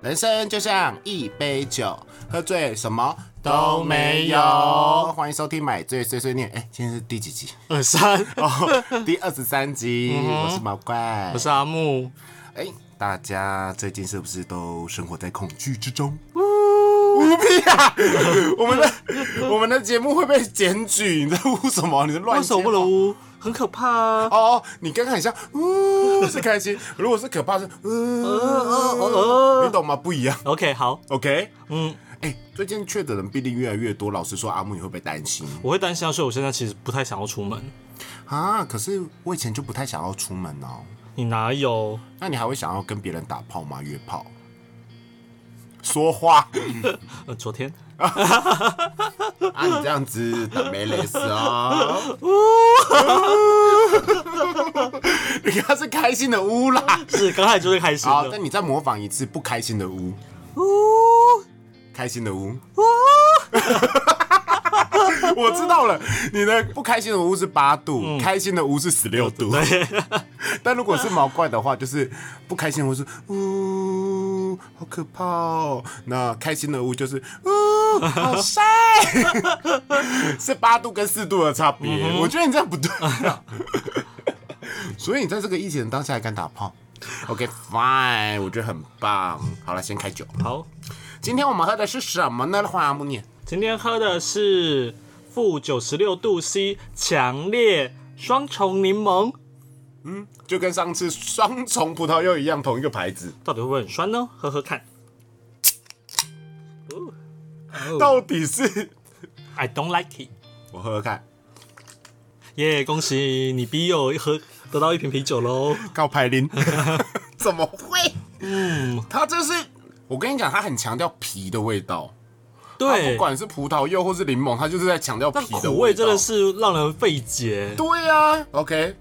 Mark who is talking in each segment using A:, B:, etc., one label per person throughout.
A: 人生就像一杯酒，喝醉什么都没有。欢迎收听《买醉碎碎念》。哎，今天是第几集？
B: 二三，嗯
A: 哦，第二十三集。我是毛怪，
B: 我是阿木，
A: 哎，大家最近是不是都生活在恐惧之中？
B: 无
A: 屁啊！ 我们的我们的节目会被检举，你在污什么？你在乱
B: 为什么不能污？很可怕啊！
A: 哦，你刚刚很像，呜是开心，如果是可怕是，呃
B: 呃
A: 呜，你懂吗？不一样。
B: OK，好，
A: OK，
B: 嗯，
A: 哎、最近确诊的病例越来越多，老实说，阿木你会不会担心
B: 我会担心啊，所以我现在其实不太想要出门。
A: 啊？可是我以前就不太想要出门哦。
B: 你哪有？
A: 那你还会想要跟别人打炮吗？约炮？说话
B: 呃，昨天
A: 啊！你这样子打没蕾丝哦。 你刚刚是开心的呜啦。
B: 是刚才就是开心
A: 好，
B: 的
A: 那。你再模仿一次不开心的呜，
B: 呜
A: 开心的呜。
B: 呜，
A: 我知道了，你的不开心的屋是八度，
B: 嗯
A: 开心的屋是十六度。 但如果是毛怪的话，就是不开心的屋是呜，好可怕哦。那开心的屋就是呜，好晒， 是八度跟四度的差
B: 嗯
A: 别。我觉得你这样不对、啊。所以你在这个疫情当下还敢打炮？OK fine，我觉得很棒。好了，先开酒。
B: 好，
A: 今天我们喝的是什么呢？花木念。
B: 今天喝的是负九十六度 C 强烈双重柠檬，
A: 就跟上次双重葡萄柚一样，同一个牌子，
B: 到底会不会很酸呢？喝喝看。哦
A: 到底是
B: I don't like it。
A: 我喝喝看，
B: 耶、恭喜你笔友喝得到一瓶啤酒喽！
A: 告牌林， 怎么会？嗯，它这是我跟你讲，它很强调皮的味道，它
B: 对，
A: 不管是葡萄柚或是柠檬，它就是在强调
B: 那
A: 皮的
B: 苦味真
A: 道
B: 的是让人费解。
A: 对啊。OK，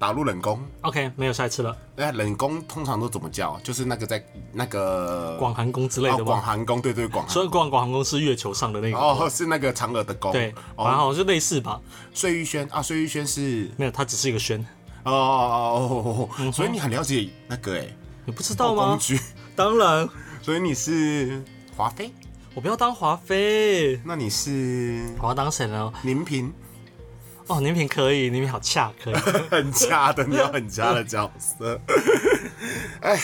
A: 打入冷宫，
B: OK，没有下一次了，
A: 那冷宫通常都怎么叫？啊就是那个在那个
B: 广寒宫之类
A: 哦
B: 的
A: 广
B: 吧。
A: 寒宫，对对广寒
B: 所以广广寒宫是月球上的那个，
A: 哦，是那个嫦娥的宫，
B: 对，反正
A: 哦，
B: 好像是类似吧。
A: 碎玉轩啊，碎玉轩是
B: 没有，它只是一个轩，
A: 哦哦哦哦，所以你很了解那个哎、
B: 你不知
A: 欸，
B: 道
A: 工
B: 嗯吗？
A: 具。
B: 当然，
A: 所以你是华妃，
B: 我不要当华妃，
A: 那你是
B: 我要当谁呢？
A: 宁嫔，
B: 哦，宁嫔可以，宁嫔好恰，可以。
A: 很假的，你有很假的角色。 哎，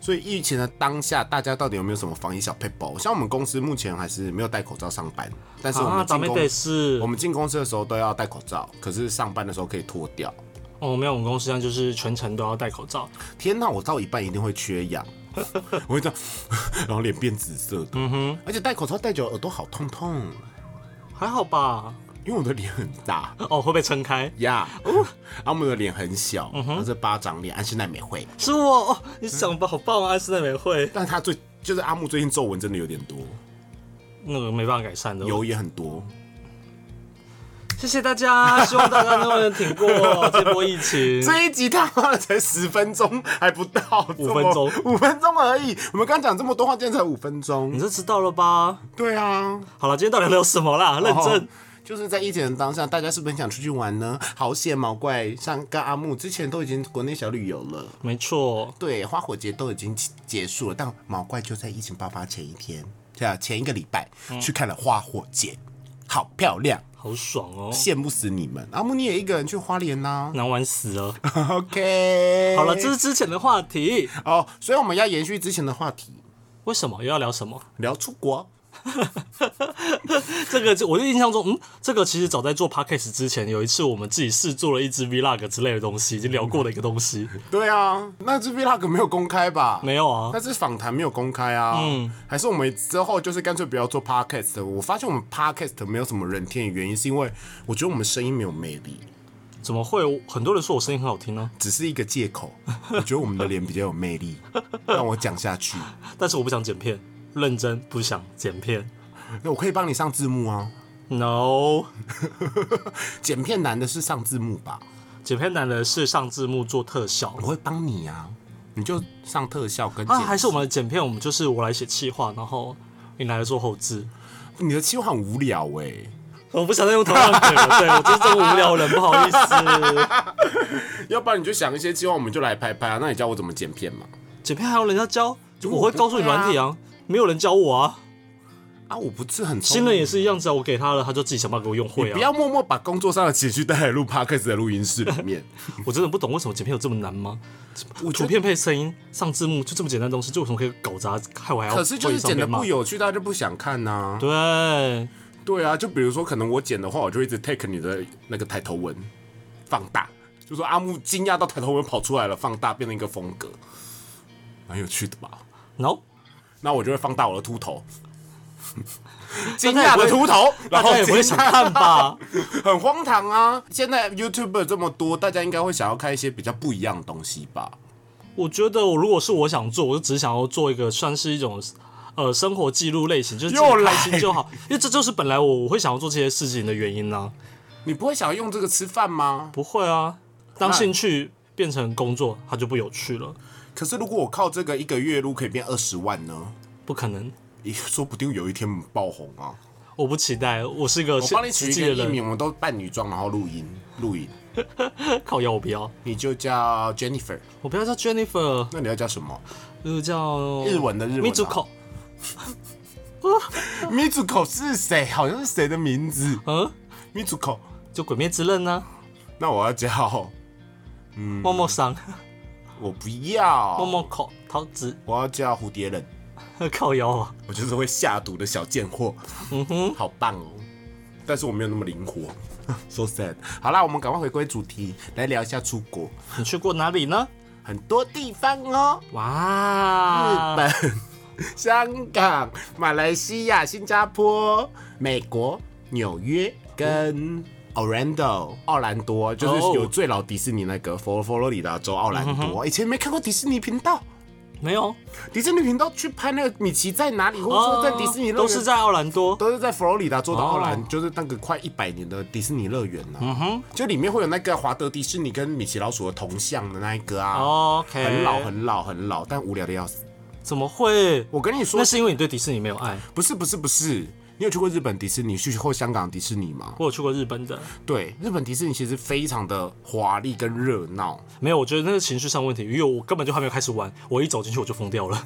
A: 所以疫情的当下，大家到底有没有什么防疫小 p a p e 像我们公司目前还是没有戴口罩上班，但是我
B: 啊，
A: 们
B: 咱
A: 进
B: 们
A: 公、
B: 得是
A: 我，们进公司的时候都要戴口罩，可是上班的时候可以脱掉。
B: 哦，没有，我们公司现在就是全程都要戴口罩。
A: 天哪，我到一半一定会缺氧， 我会这样， 然后脸变紫色的。嗯哼，而且戴口罩戴久了耳朵好痛痛，
B: 还好吧？
A: 因为我的脸很大。
B: 哦，会被撑开？
A: 呀，阿木的脸很小，他是巴掌脸，安室奈美惠，
B: 是我哦，你想吧，好棒啊！安室奈美惠，
A: 但他最就是阿木最近皱纹真的有点多，
B: 那个没办法改善的。
A: 油也很多。
B: 谢谢 大家，希望大家都能挺过这波疫情。
A: 这一集他妈的才十分钟还不到，
B: 五分钟
A: 这么，五分钟而已。我们刚讲这么多话，竟然才五分
B: 你
A: 钟。
B: 就知道了吧？
A: 对啊，
B: 好了，今天到底聊什么啦？认真
A: 哦。就是在疫情的当下，大家是不是很想出去玩呢？好险毛怪，像跟阿木之前都已经国内小旅游了。
B: 没错，
A: 对，花火节都已经结结束了，但毛怪就在疫情爆发前一天，对啊，前一个礼拜、去看了花火节，好漂亮，
B: 好爽哦，
A: 羡慕死你 们！阿木你也一个人去花莲啊呐、
B: 难玩死了。
A: OK，
B: 好了，这是之前的话题，
A: 哦，所以我们要延续之前的话题，
B: 为什么又要聊什么？
A: 聊出国。
B: 这个我就印象中，嗯，这个其实早在做 podcast 之前，有一次我们自己试做了一支 vlog 之类的东西，已经聊过的一个东西。
A: 对啊，那支 vlog 没有公开吧？
B: 没有啊，
A: 那是访谈没有公开啊，嗯，还是我们之后就是干脆不要做 podcast。我发现我们 podcast 没有什么人听的原因，是因为我觉得我们声音没有魅力，
B: 怎么会？很多人说我声音很好听呢、
A: 只是一个借口。我觉得我们的脸比较有魅 力，让我讲下去。
B: 但是我不想剪片，认真不想剪片。
A: 那我可以帮你上字幕啊。
B: No，
A: 剪片难的是上字幕吧？
B: 剪片难的是上字幕做特效
A: 我会帮你啊，你就上特效跟剪。
B: 啊，还是我们的剪片，我们就是我来写企划，然后你来做后置。
A: 你的计划很无聊哎、
B: 我不想再用同样的梗了，对我就是这么无聊的人，不好意思。
A: 要不然你就想一些计划，我们就来拍拍啊。那你教我怎么剪片嘛？
B: 剪片还有人要教，
A: 如果
B: 我会告诉你
A: 不会啊
B: 软体啊，没有人教我啊，
A: 啊，我不是很聪
B: 新人也
A: 明。
B: 是一样子啊，我给他了，他就自己想办法给我用会
A: 不
B: 啊。
A: 要默默把工作上的情绪带来录 podcast 的录音室里面。
B: 我真的不懂为什么剪片有这么难吗？
A: 我觉
B: 图
A: 得
B: 片配声音上字幕就这么简单的东西，就为什么可以搞砸？害我还要
A: 可是就是
B: 会上
A: 剪的
B: 面骂
A: 不有趣，大家就不想看呐、
B: 对，
A: 对啊，就比如说，可能我剪的话，我就一直 take 你的那个抬头纹放大，就说阿木惊讶到抬头纹跑出来了，放大变成一个风格，蛮有趣的吧？
B: 然后
A: 那我就会放大我的秃 头，惊
B: 大家
A: 讶
B: 也不会
A: 的秃头，然
B: 大
A: 后
B: 家也不会
A: 惊
B: 想
A: 讶
B: 看吧？
A: 很荒唐啊！现在 YouTube 这么多，大家应该会想要看一些比较不一样的东西吧？
B: 我觉得我如果是我想做，我就只想要做一个算是一种呃生活记录类型，就是自
A: 又
B: 己
A: 来
B: 开心就好，因为这就是本来我我会想要做这些事情的原因呢、
A: 你不会想要用这个吃饭吗？
B: 不会啊，当兴趣变成工作，它就不有趣了，
A: 可是如果我靠这个一个月入可以变二十万呢？
B: 不可能。
A: 也 说不定有一天爆红啊！
B: 我不期待，我是一个
A: 我帮你
B: 实
A: 取一
B: 际
A: 个
B: 的
A: 艺
B: 人，
A: 名，我都扮女装，然后录音录影，
B: 靠腰我不要，
A: 你就叫 Jennifer。
B: 我不要叫 Jennifer，
A: 那你要叫什么？
B: 就是叫
A: 日文的日文啊
B: Mizuko，
A: Mizuko 是谁？好像是谁的名字
B: 嗯，
A: ？Mizuko。
B: 就《鬼灭之刃》啊呢，
A: 那我要叫， 嗯
B: 默默桑、
A: 我不
B: 默
A: 要，
B: 默口、桃子，
A: 我要叫蝴蝶人。
B: 靠腰啊，
A: 我就是会下毒的小贱货。
B: 嗯哼，
A: 好棒哦！但是我没有那么灵活 ，so sad。好啦，我们赶快回归主题，来聊一下出国，
B: 你去过哪里呢？
A: 很多地方哦，
B: 哇，
A: 日
B: 啊
A: 本、香港、马来西亚、新加坡、美国、纽约跟。Orlando，奥兰多就是
B: 哦嗯
A: 有最老迪士尼那个佛佛罗里达州奥兰多，以前没看过迪士尼频道，
B: 没有，
A: 迪士尼频道去拍那个米奇在哪里，或者说在迪士尼乐园
B: 哦都是在奥兰多。
A: 都是在佛罗里达州的奥兰，
B: 哦
A: 就是那个快一百年的迪士尼乐园呐、啊
B: 嗯哼
A: 就里面会有那个华德迪士尼跟米奇老鼠的铜像的那一个啊，
B: 哦，OK，
A: 很老很老很老，但无聊的要死。
B: 怎么会？
A: 我跟你说
B: 那，是因为你对迪士尼没有爱。
A: 不是不是不是，你有去过日本迪士尼，去过香港迪士尼吗？
B: 我有去过日本的，
A: 对，日本迪士尼其实非常的华丽跟热闹
B: 没有，我觉得那是情绪上问题，因为我根本就还没有开始玩，我一走进去我就疯掉了。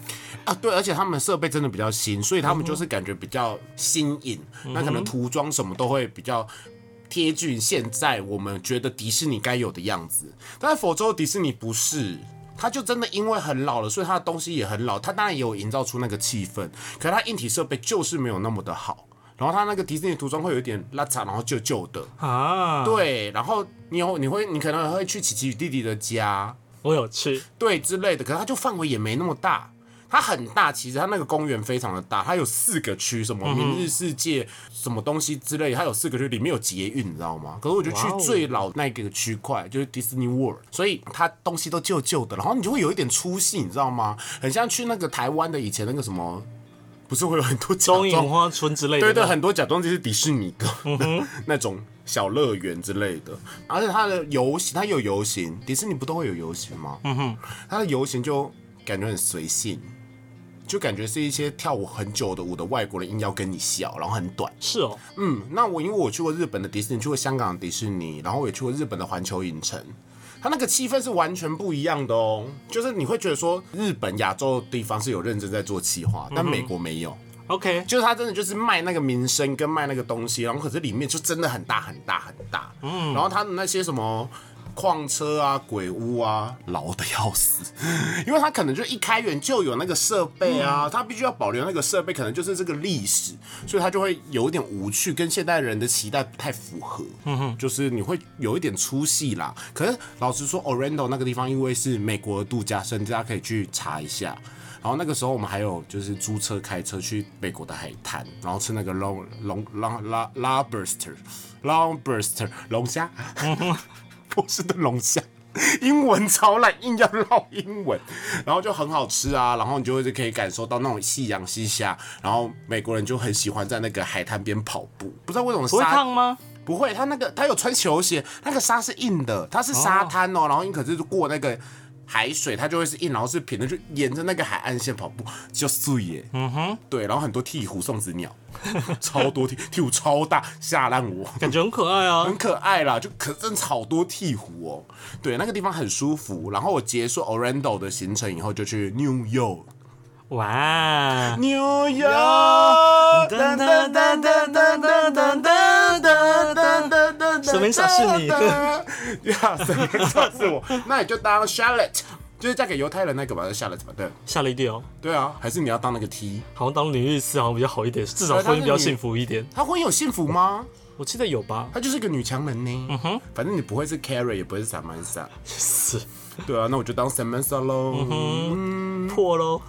A: 啊，对，而且他们设备真的比较新，所以他们就是感觉比较新颖，那可能涂装什么都会比较。贴近现在我们觉得迪士尼该有的样子，但是佛州迪士尼不是，它就真的因为很老了，所以它的东西也很老，它当然也有营造出那个气氛，可是它硬体设备就是没有那么的好，然后它那个迪士尼涂装会有一点拉碴，然后旧旧的，
B: 啊，
A: 对，然后你有你会你可能会去琪琪与弟弟的家，
B: 我有去，
A: 对之类的，可是它就范围也没那么大。它很大，其实它那个公园非常的大，它有四个区，什
B: 嗯
A: 么明日世界、什么东西之类，它有四个区，里面有捷运，你知道吗？可是我就去
B: 哇哦
A: 最老那个区块，就是 Disney World，所以它东西都旧旧的，然后你就会有一点出戏，你知道吗？很像去那个台湾的以前那个什么，不是会有很多假装
B: 中影花村之类的，
A: 对嗯对，很多假装自己是迪士尼的、 那种小乐园之类的，而且它的游行，它有游行，迪士尼不都会有游行吗？嗯哼，它的游行就感觉很随性，就感觉是一些跳舞很久的舞的外国人硬要跟你笑，然后很短。
B: 是哦，
A: 嗯，那我因为我去过日本的迪士尼，去过香港的迪士尼，然后我也去过日本的环球影城。它那个气氛是完全不一样的哦，就是你会觉得说日本亚洲地方是有认真在做企划，但美国没有。
B: OK，
A: 就是他真的就是卖那个民生跟卖那个东西，然后可是里面就真的很大很大很大，嗯，然后他的那些什么。矿车啊，鬼屋啊，老的要死， 因为他可能就一开园就有那个设备啊，他必须要保留那个设备，可能就是这个历史，所以他就会有一点无趣，跟现代人的期待不太符合，嗯哼，就是你会有一点出戏啦。可是老实说，Orlando 那个地方因为是美国的度假胜地，大家可以去查一下，然后那个时候我们还有就是租车开车去美国的海滩，然后吃那个龙龙龙拉拉 lobster lobster 龙虾， 波士顿龙虾。英文超烂，硬要唠英文，然后就很好吃啊，然后你就会可以感受到那种夕阳西下，然后美国人就很喜欢在那个海滩边跑步，不知道为什么
B: 不会
A: 沙
B: 烫吗？
A: 不会，他那个他有穿球鞋，那个沙是硬的，它是沙滩哦，然后你可是过那个海水，它就会是硬，然后是平的，就沿着那个海岸线跑步，就素耶。嗯哼，对，然后很多鹈鹕、送子鸟， 超多鹈鹈鹕超大，吓烂我。
B: 感觉很可爱啊。
A: 很可爱啦，就可真的好多鹈鹕哦。对，那个地方很舒服。然后我结束 Orlando 的行程以后，就去 New York。
B: 哇！
A: 牛羊，
B: 噔噔噔噔噔噔噔噔噔噔噔，神明傻是你，
A: 呀，神明傻是我， 那你就当 Charlotte，就是嫁给犹太人那个吧，就 Charlotte 吧，对，
B: 吓了一跳哦。
A: 对啊，还是你要当那个 T？
B: 好像当女律师好像比较好一点，至少婚姻比较幸福一点。
A: 她婚姻有幸福吗？
B: 我记得有吧？
A: 她就是个女强人呢。嗯哼，反正你不会是 Carrie，也不会是 Samantha，
B: 是
A: 对啊，那我就当 Samantha
B: 嗯
A: 喽。
B: 破喽，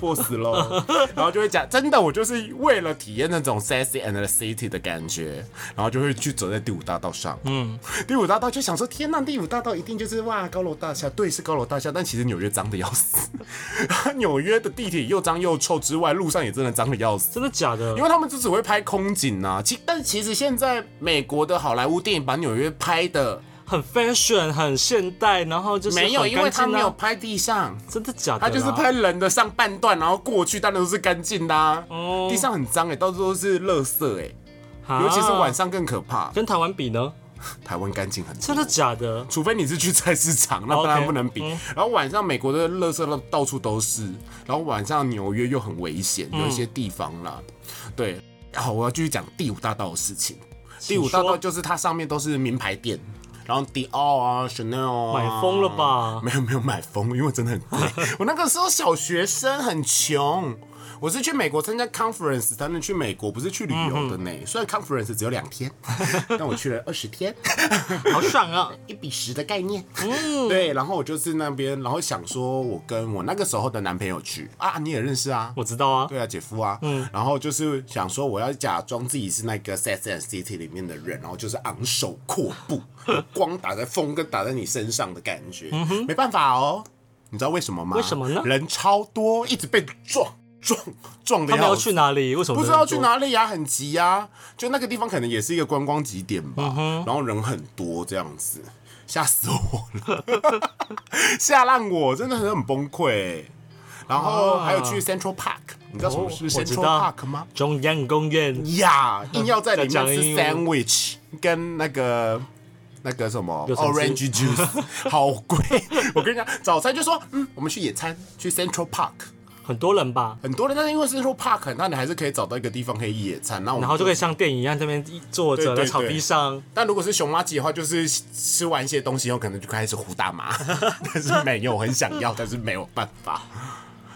A: 破死喽， 然后就会讲，真的，我就是为了体验那种 sexy and the city 的感觉，然后就会去走在第五大道上。嗯，第五大道就想说，天呐，第五大道一定就是哇高楼大厦，对，是高楼大厦，但其实纽约脏的要死， 纽约的地铁又脏又臭之外，路上也真的脏的要死。
B: 真的假的
A: 因？为他们就只会拍空景呐、啊，其但其实现在美国的好莱坞电影把纽约拍的
B: 很 fashion，很现代，然后就是
A: 没有，
B: 很
A: 因为
B: 干
A: 他
B: 净
A: 没有
B: 啊。
A: 拍地上，
B: 真的假的？
A: 他就是。拍人的上半段，然后过去当然都是干净的、啊，
B: 哦
A: 地上很脏哎、到处都是垃圾哎、
B: 啊
A: 尤其是晚上更可怕。
B: 跟台湾比呢？
A: 台湾干净很多
B: 真，的假的？
A: 除非你是去菜市场，那
B: OK，嗯
A: 当然不能比。然后晚上美国的垃圾到处都是，然后晚上纽约又很危险，
B: 嗯
A: 有一些地方啦。对，好，我要继续讲第五大道的事情。第五大道
B: 说
A: 就是它上面都是名牌店。然后迪奥啊，Chanel 啊，
B: 买疯了吧
A: 没有没有买疯，因为真的很贵。我那个时候小学生，很穷。我是去美国参加 conference 才能去美国，不是去旅游的呢。虽然 conference 只有两天，但我去了二十天，
B: 好爽啊！
A: 一比十的概念。对，然后我就是那边，然后想说我跟我那个时候的男朋友去啊，你也认识啊，
B: 我知道啊，
A: 对啊，姐夫啊，然后就是想说我要假装自己是那个《Sex and City》里面的人，然后就是昂首阔 步，光打在风跟打在你身上的感觉，没办法哦，你知道为什么吗？
B: 嗯为什么呢
A: 人超多，一直被撞撞撞的
B: 他们
A: 要
B: 要
A: 死
B: 去。哪里？为什么
A: 不知
B: 人
A: 道
B: 很
A: 去
B: 多？
A: 哪里呀、很急呀、就那个地方可能也是一个观光景点
B: 嗯
A: 吧，然后人很多这样子，吓死我了， 吓烂我，真的很很崩溃、然后还有去 Central Park，你知道什么是
B: 啊哦我知
A: Central
B: 道
A: Park 吗？
B: 中央公园
A: 呀，硬要在里面
B: 在讲
A: 吃
B: 英文
A: sandwich 跟那个。那个什么
B: 橙汁
A: orange juice 好贵，我跟你讲，早餐就说，嗯，我们去野餐，去 Central Park，
B: 很多人吧，
A: 很多人，但是因为 Central Park，那你还是可以找到一个地方可以野餐，那我们
B: 然后就可以像电影一样这边一坐
A: 对
B: 着
A: 对
B: 在草
A: 对
B: 地上，
A: 但如果是熊妈鸡的话，就是吃完一些东西后，可能就开始胡大 麻，但是没有很想要，但是没有办法。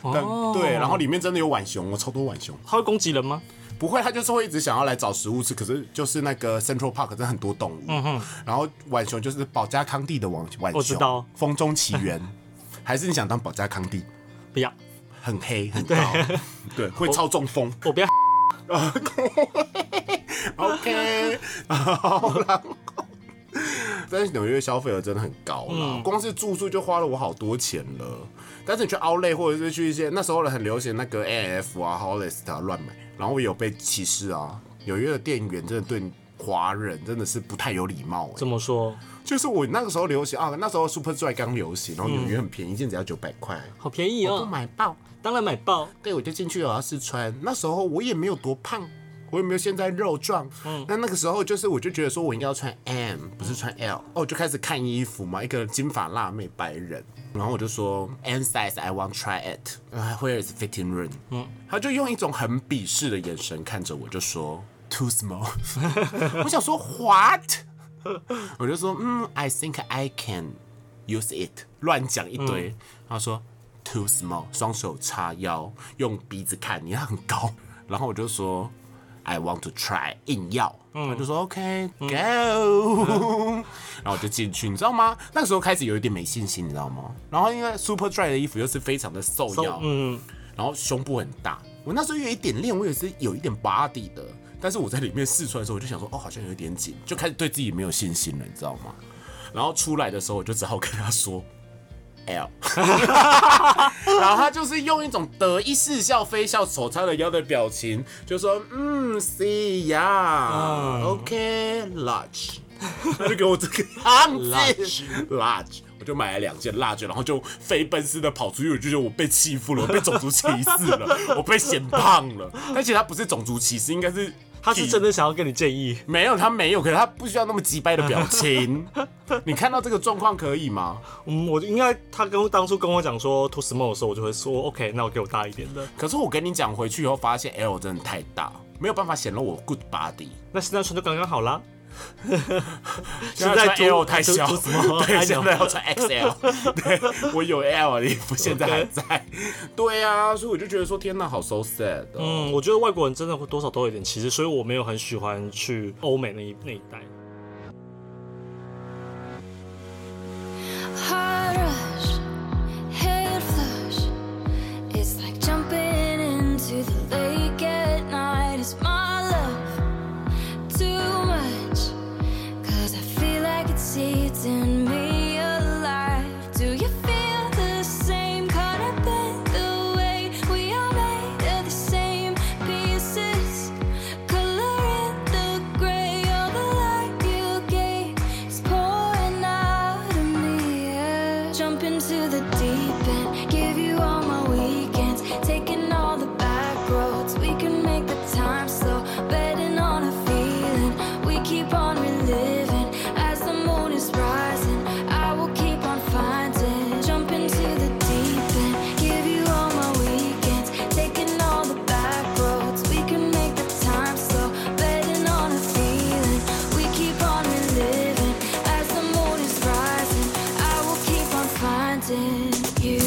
B: 哦
A: 但对，然后里面真的有浣熊，我超多浣熊。
B: 他会攻击人吗？
A: 不会，它就是会一直想要来找食物吃，可是就是那个 Central Park 真的很多动物。然后浣熊就是保加康帝的浣浣熊，
B: 嗯我知道
A: 风中奇缘》，还是你想当保加康帝？
B: 不要，
A: 很黑 很高，对，会超中风。
B: 我不要。
A: OK，好啦。但是纽约消费额真的很高啦，光是住宿就花了我好多钱了。但是你去 Outlet 或者是去一些那时候很流行那个 AF 啊、Hollis 啊乱买，然后我有被歧视啊。纽约的店员真的对华人真的是不太有礼貌、欸
B: 这，么说，
A: 就是我那个时候流行啊，那时候 Super Dry 刚流行，然后纽约很便宜，一件只要九百块，
B: 好便宜
A: 我
B: 哦，
A: 买爆。
B: 当然买爆。
A: 对，哎我就进去我哦要试穿。那时候我也没有多胖，我也没有现在肉壮。那那个时候就是我就觉得说我应该要穿 M，不是穿 L。哦，我就开始看衣服嘛，一个金发辣妹白人，然后我就说 M size I want try it，呃 Where is fitting room？嗯，他就用一种很鄙视的眼神看着我，就说 Too small。我想说 What？我就说嗯，I think I can use it，乱讲一堆。他说 too small，双手叉腰，用鼻子看你，他很高。然后我就说 I want to try，硬要。他就说 OK go，、然后我就进去，你知道吗？那个时候开始有一点没信心，你知道吗？然后因为 Super Dry 的衣服又是非常的瘦腰，
B: 嗯，
A: 然后胸部很大。我那时候有一点练，我也是有一点 body 的，但是我在里面试穿的时候，我就想说，哦，好像有一点紧，就开始对自己没有信心了，你知道吗？然后出来的时候，我就只好跟他说 L，然后他就是用一种得意似笑非笑、手叉着腰的表情，就说，嗯，C
B: 嗯
A: 呀，OK，large，他就 给我这个样子
B: Large
A: large，我就买了两件 large，然后就飞奔似的跑出去，我就觉得我被 欺负了，我被种族歧视了，我被嫌胖了。而且他不是种族歧视，应该是
B: 他是真的想要跟你建议，
A: 没有，他没有，可是他不需要那么急掰的表情。 你看到这个状况可以吗？
B: 嗯，我应该他跟当初跟我讲说 too small 的时候，我就会说 OK，那我给我大一点的。
A: 可是我跟你讲，回去以后发现 L 真的太大，没有办法显露我 good body。
B: 那现在穿就刚刚好啦。
A: 现在
B: 突
A: L 太
B: 突
A: 小，
B: 突什么
A: 对，
B: 太小
A: 现在要穿 XL。对， 我有 L 的衣服，现在还在。对啊，所以我就觉得说，天哪，好 so sad 哦。
B: 嗯，我觉得外国人真的会多少都有点歧视，所以我没有很喜欢去欧美那一那一带。
C: Heart rush, head flush. It's like jumping into the lake at night. Is my love too much? Cause I feel like it's eating me alive. Do you feel the same? Caught up in the way we are made of the same pieces. Color in the gray, all the light you gave is pouring out of me. yeah. Jump into the deep end, give you all my weekends. Taking all the back roads, we can make the time slow. Betting on a feeling, we keep on reliving. As the moon is rising, I will keep on finding. Jump into the deep end, give you all my weekends. Taking all the back roads, we can make the time slow. Betting on a feeling, we keep on reliving. As the moon is rising, I will keep on finding you.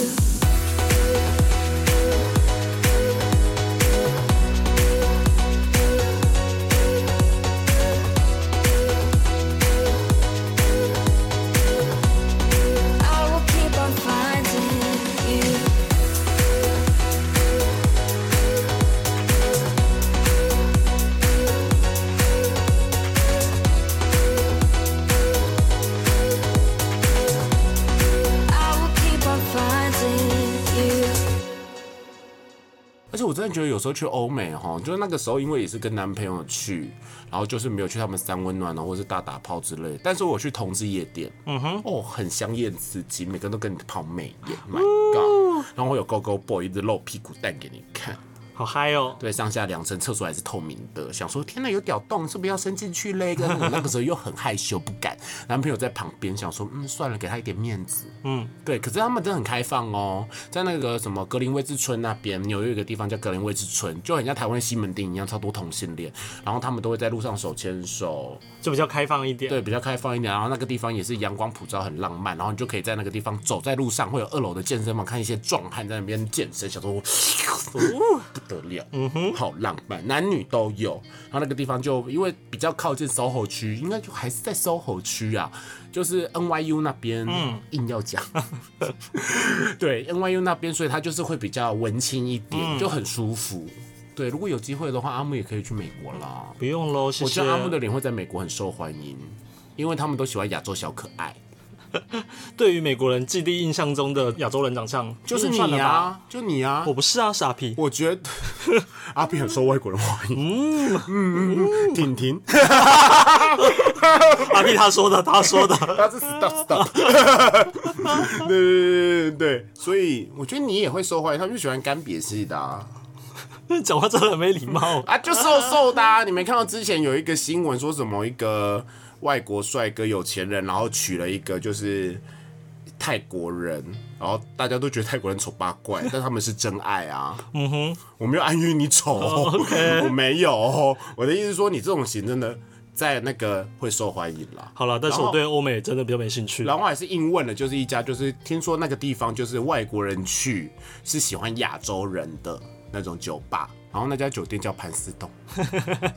C: I will keep on finding you. I will keep on finding you.
A: 而且我真的觉得有时候去欧美哈，就是那个时候因为也是跟男朋友去，然后就是没有去他们三温暖啊，或是大打炮之类的。但是我去同志夜店，嗯哼，哦，很香艳刺激，每个人都跟你泡媚眼，My God！然后会有勾勾 boy 一直露屁股蛋给你看，
B: 好嗨哦！
A: 对，上下两层厕所还是透明的，想说天哪有屌洞，是不是要伸进去嘞？但是我那个时候又很害羞，不敢。 男朋友在旁边想说，嗯，算了，给他一点面子，嗯，对。可是他们真的很开放哦，在那个什么格林威治村那边，纽约有一个地方叫格林威治村，就很像台湾西门町一样，超多同性恋，然后他们都会在路上手牵手，
B: 就比较开放一点。
A: 对，比较开放一点。然后那个地方也是阳光普照，很浪漫。然后你就可以在那个地方走在路上，会有二楼的健身房，看一些壮汉在那边健身，想说 不得了，嗯哼，好浪漫，男女都有。然后那个地方就因为比较靠近 SOHO 区，应该就还是在 SOHO 区啊，就是 NYU 那边，嗯，硬要讲，对 NYU 那边，所以它就是会比较文青一点，就很舒服。对，如果有机会的话，阿木也可以去美国啦。
B: 不用喽，谢
A: 我
B: 谢
A: 觉。得阿木的脸会在美国很受欢迎，因为他们都喜欢亚洲小可爱，
B: 对于美国人既定印象中的亚洲人长相，
A: 就是
B: 嗯
A: 你啊
B: 算了
A: 呀、
B: 吧。
A: 就你呀、
B: 我不是啊，傻逼。
A: 我觉 得阿扁很受外国人欢迎，嗯嗯嗯，婷婷，
B: 阿屁他说的，他说的。
A: 他是 stop stop，对 对对对对，所以我觉得你也会受欢迎，他们就喜欢干瘪系的啊。
B: 讲话真的很没礼貌。
A: 啊，就瘦瘦的、啊。你没看到之前有一个新闻说什么一个外国帅哥有钱人，然后娶了一个就是泰国人，然后大家都觉得泰国人丑八怪，但他们是真爱啊。嗯哼，哦我没有暗喻你丑、 我没有哦。我的意思是说，你这种型真的在那个会受欢迎啦。
B: 好了，但是
A: 然后
B: 我对欧美真的比较没兴趣。
A: 然后还是硬问了，就是一家，就是听说那个地方就是外国人去是喜欢亚洲人的那种酒吧，然后那家酒店叫盘丝洞，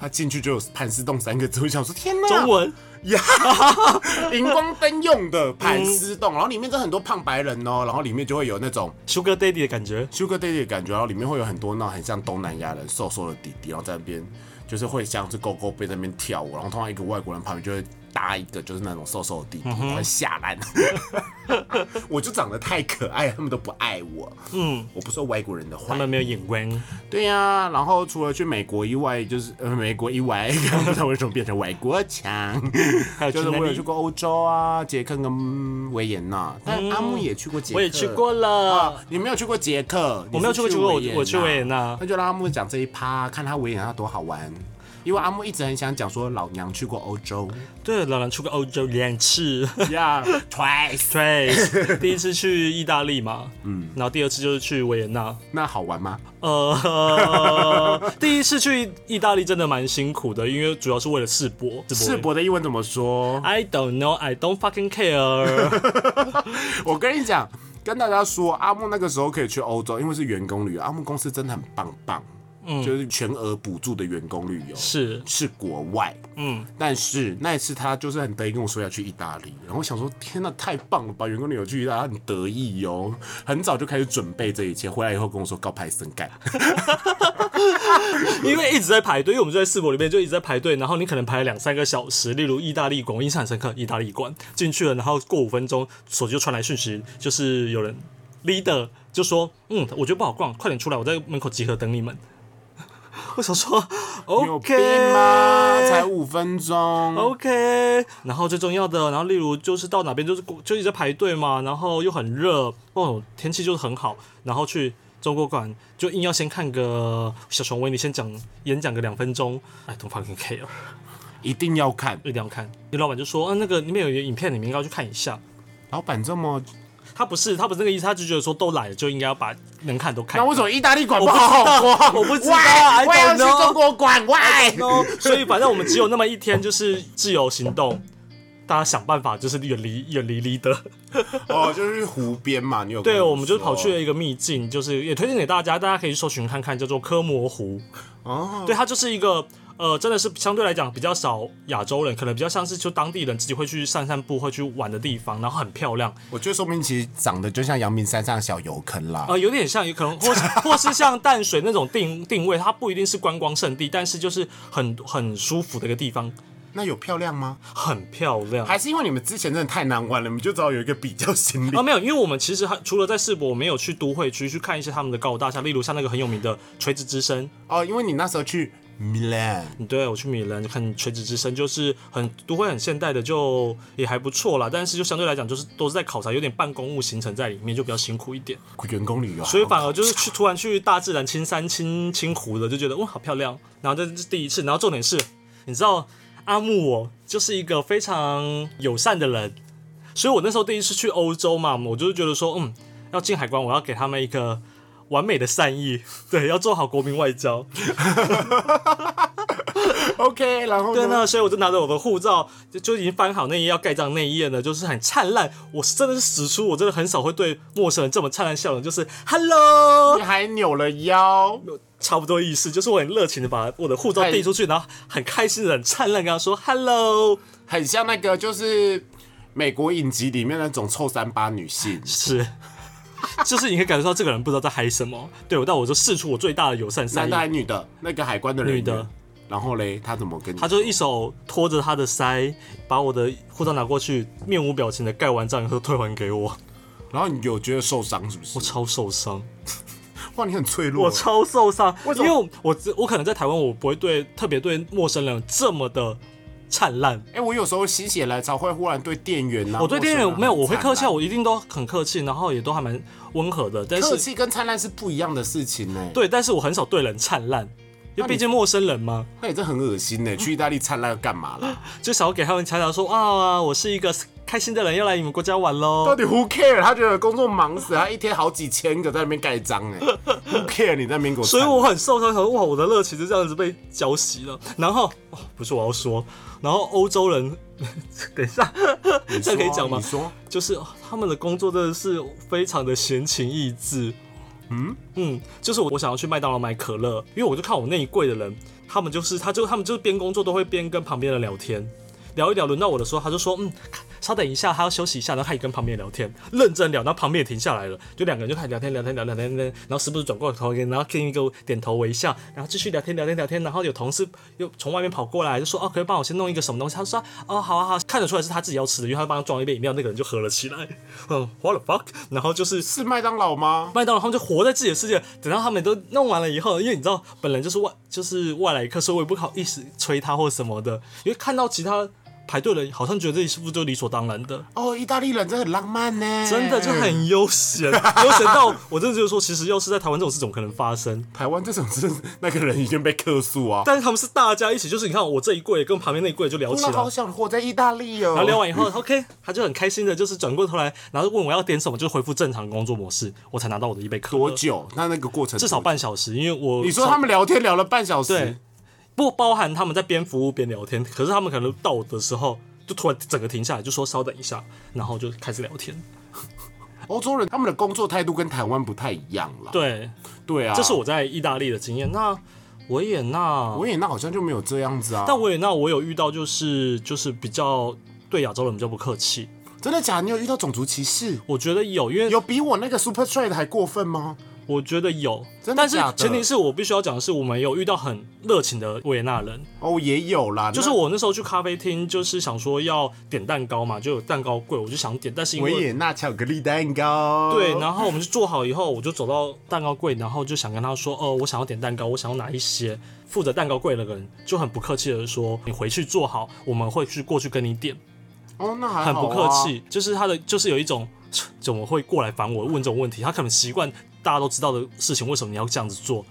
A: 他进去就有盘丝洞三个字，我想说天哪，
B: 中文
A: 呀，荧光灯用的盘丝洞，然后里面真的很多胖白人哦，然后里面就会有那种
B: Sugar Daddy 的感觉，
A: Sugar Daddy 的感觉，然后里面会有很多那种很像东南亚人瘦瘦的弟弟，然后在那边就是会像是勾勾背在那边跳舞，然后通常一个外国人旁边就会搭一个就是那种瘦瘦的弟
B: 嗯
A: 弟，然后下烂。 我就长得太可爱，他们都不爱我。嗯，我不说外国人的
B: 他
A: 话。
B: 们没有眼光。
A: 对呀、然后除了去美国以外，就是 呃美国以外，不知道为什么变成外国 腔。
B: 还有呃去
A: 就是
B: 哪
A: 我有
B: 里
A: 去？过欧洲啊，捷克跟维也纳，但阿木也去过捷克，
B: 我也去过了。
A: 你没有去过捷克，
B: 我没
A: 啊
B: 有
A: 你是
B: 去过
A: 去
B: 捷克我
A: 也纳
B: 我去维也纳
A: 那就让阿木讲这一趴，看他维也纳多好玩。因为阿木一直很想讲说老娘去过欧洲
B: 对，老兰去过欧洲两次
A: ，Yeah，twice。
B: ，twice，第一次去意大利嘛，嗯，然后第二次就是去维也纳，
A: 那好玩吗？
B: 呃，第一次去意大利真的蛮辛苦的，因为主要是为了世博，
A: 世。博的英文怎么说？
B: I don't know, I don't fucking care 。
A: 我跟你讲，跟大家说，阿木那个时候可以去欧洲，因为是员工旅游，阿木公司真的很棒棒，
B: 嗯
A: 就是全额补助的员工旅游。
B: 是，
A: 是国外，嗯，但是那一次他就是很得意跟我说要去意大利，然后我想说天呐，太棒了吧！员工旅游去意大利很得意哦，很早就开始准备这一切，回来以后跟我说告牌生 干，
B: 因为一直在排队，因为我们就在世博里面就一直在排队，然后你可能排了两三个小时。例如意大利馆，我印象很深刻，意大利馆进去了，然后过五分钟，手机就传来讯息，就是有人 leader 就说，嗯，我觉得不好逛，快点出来，我在门口集合等你们。 我想说
A: 你有病吗？才
B: ，OK，OK，、
A: 五分钟，
B: OK 然后最重要的，然后例如就是到哪边就是就一直在排队嘛，然后又很热，哦，天气就是很好，然后去中国馆就硬要先看个小熊维尼先讲演讲个两分 钟，哎，don't fucking
A: 哦
B: care，
A: 一定要看。
B: 一定要看。你老板就说，嗯、那个里面有一个影片，你们应该要去看一下。
A: 老板这么，
B: 他不是他不是那个意思，他就觉得说都来了就应该要把能看都看。
A: 那为什么意大利馆不好
B: 我
A: 好
B: 不
A: 逛？
B: 知道我不知道
A: Why？
B: I
A: 我
B: don't
A: 要去
B: know
A: 中国馆，Why？
B: 哦，所以反正我们只有那么一天，就是自由行动，大家想办法就是远离远离 leader。
A: 哦，就是湖边嘛，你有
B: 对，
A: 跟
B: 我们就跑去
A: 说
B: 了一个秘境，就是也推荐给大家，大家可以去搜寻看看，叫做科摩湖。
A: 哦，
B: 对，它就是一个呃，真的是相对来讲比较少亚洲人，可能比较像是就当地人自己会去散散步、会去玩的地方，然后很漂亮，
A: 我觉得说明其实长得就像阳明山上的小油坑啦。
B: 呃，有点像，可能或是 或是像淡水那种定定位，它不一定是观光胜地，但是就是很很舒服的一个地方，
A: 那有漂亮吗？
B: 很漂亮。
A: 还是因为你们之前真的太难玩了，你们就只好有一个比较心理
B: 啊，。没有，因为我们其实还除了在世博，我们有去都会区去看一些他们的高楼大厦，例如像那个很有名的垂直之声，
A: 哦，因为你那时候去 Milan，
B: 对，我去米兰看《垂直之声》，就是很都会很现代的，就也还不错啦。但是就相对来讲，就是都是在考察，有点半公务行程在里面，就比较辛苦一点。
A: 员工旅游，
B: 所以反而就是去突然去大自然青山青青湖的，就觉得哇好漂亮。然后这是第一次，然后重点是，你知道阿木我就是一个非常友善的人，所以我那时候第一次去欧洲嘛，我就是觉得说，嗯，要进海关，我要给他们一个完美的善意， 对，要做好国民外交。
A: OK，然后
B: 对，
A: 呢？
B: 那所以我就拿着我的护照，就就已经翻好内页要盖章那一页呢，就是很灿烂。我是真的是使出，我真的很少会对陌生人这么灿烂笑容，就是 Hello，
A: 你还扭了腰，
B: 差不多意思，就是我很热情的把我的护照递出去，然后很开心的、很灿烂地跟他说 Hello，
A: 很像那个就是美国影集里面那种臭三八女性。
B: 是。就是你可以感受到这个人不知道在嗨什么，对我，但我就试出我最大的友善善
A: 男的，还
B: 意
A: 是女的？那个海关的人员
B: 女的。
A: 然后嘞，他怎么跟你？
B: 他就一手拖着他的腮，把我的护照拿过去，面无表情的盖完章以后退还给我，
A: 然后你有觉得受伤是不是
B: 我？超受伤。
A: 哇，你很脆弱。
B: 我超受伤，
A: 为什
B: 因
A: 么
B: 为我我只我可能在台湾，我不会对特别对陌生人这么的灿烂。
A: 哎、我有时候心血来潮会忽然对店员呐、啊，
B: 我对店
A: 陌生人
B: 员
A: 啊
B: 没有，我会
A: 很
B: 客气，啊，
A: 惨
B: 我一定都很客气，然后也都还蛮温和的。但
A: 啊客
B: 是
A: 气跟灿烂是不一样的事情呢、，
B: 对，但是我很少对人灿烂，因为
A: 那你
B: 毕竟陌生人嘛，
A: 那你这很恶心呢、去意大利灿烂要干嘛啦？
B: 就想要给他们强调说啊，我是一个开心的人，要来你们国家玩
A: 到
B: 喽。
A: 底 who care？他觉得工作忙死，他一天好几千个在那边盖章哎、who care？你在那边给我
B: 所
A: 灿
B: 以
A: 烂，
B: 我很受伤，想说哇，我的热情就这样子被浇熄了。然后、哦、不是我要说，然后欧洲人， 等一下，
A: 你
B: 这
A: 说啊
B: 样可以讲吗
A: 你？说
B: 就是哦他们的工作真的是非常的闲情逸致。嗯嗯，就是我我想要去麦当劳买可乐，因为我就看我那一柜的人，他们就是他就他们就是边工作都会边跟旁边人聊天，聊一聊，轮到我的时候，他就说嗯，稍等一下，他要休息一下，然后开始跟旁边人聊天，认真聊，然后旁边也停下来了，就两个人就开始聊天聊天聊聊聊天，聊天然后时不时转过头给，然后跟一个点头微笑，然后继续聊天聊天聊天，然后有同事又从外面跑过来就说哦，可不可以帮我先弄一个什么东西，他说哦好啊好啊，看得出来是他自己要吃的，因为他帮他装一杯饮料，那个人就喝了起来， 嗯，what the fuck，然后就是
A: 是麦当劳吗？
B: 麦当劳他们就活在自己的世界，等到他们都弄完了以后，因为你知道本人就是外就是外来客，所以我也不好意思催他或什么的，因为看到其他排队了，好像觉得自己是不是就理所当然的，
A: 哦，意大利人真的很浪漫呢，
B: 真的就很悠闲，悠闲到我真的就是说，其实要是在台湾这种事怎么可能发生？
A: 台湾这种是那个人已经被客诉啊，
B: 但是他们是大家一起，就是你看我这一柜跟旁边那一柜就聊
A: 我
B: 起来，
A: 好想活在意大利哦。
B: 然后聊完以后，OK，他就很开心的，就是转过头来，然后问我要点什么，就恢复正常工作模式，我才拿到我的一杯可乐
A: 多。久？那那个过程
B: 至少
A: 多久。
B: 半小时，因为我
A: 你说他们聊天聊了半小
B: 对
A: 时，，
B: 不包含他们在边服务边聊天，可是他们可能到我的时候就突然整个停下来，就说稍等一下，然后就开始聊天。
A: 欧洲人他们的工作态度跟台湾不太一样啦。
B: 对，
A: 对啊，
B: 这是我在意大利的经验。那维也纳，
A: 维也纳好像就没有这样子啊。
B: 但维也纳我有遇到就是就是比较对亚洲人比较不客气，
A: 真的假的？你有遇到种族歧视？
B: 我觉得有，因为
A: 有比我那个 Super Trade 还过分吗？
B: 我觉得有，
A: 真的
B: 但是
A: 假的
B: 前提是我必须要讲的是，我们有遇到很热情的维也纳人，
A: 哦，也有啦，
B: 就是
A: 那
B: 我那时候去咖啡厅，就是想说要点蛋糕嘛，就有蛋糕柜，我就想点，但是因
A: 维
B: 为
A: 也纳巧克力蛋糕。
B: 对，然后我们就做好以后，我就走到蛋糕柜，然后就想跟他说，哦，我想要点蛋糕，我想要哪一些？负责蛋糕柜的人就很不客气的说，你回去做好，我们会去过去跟你点，
A: 哦，那还
B: 很
A: 好
B: 不
A: 啊
B: 客。气，就是他的就是有一种切怎么会过来烦我问这种问题，他可能习惯大家都知道的事情，为什么你要这样子做？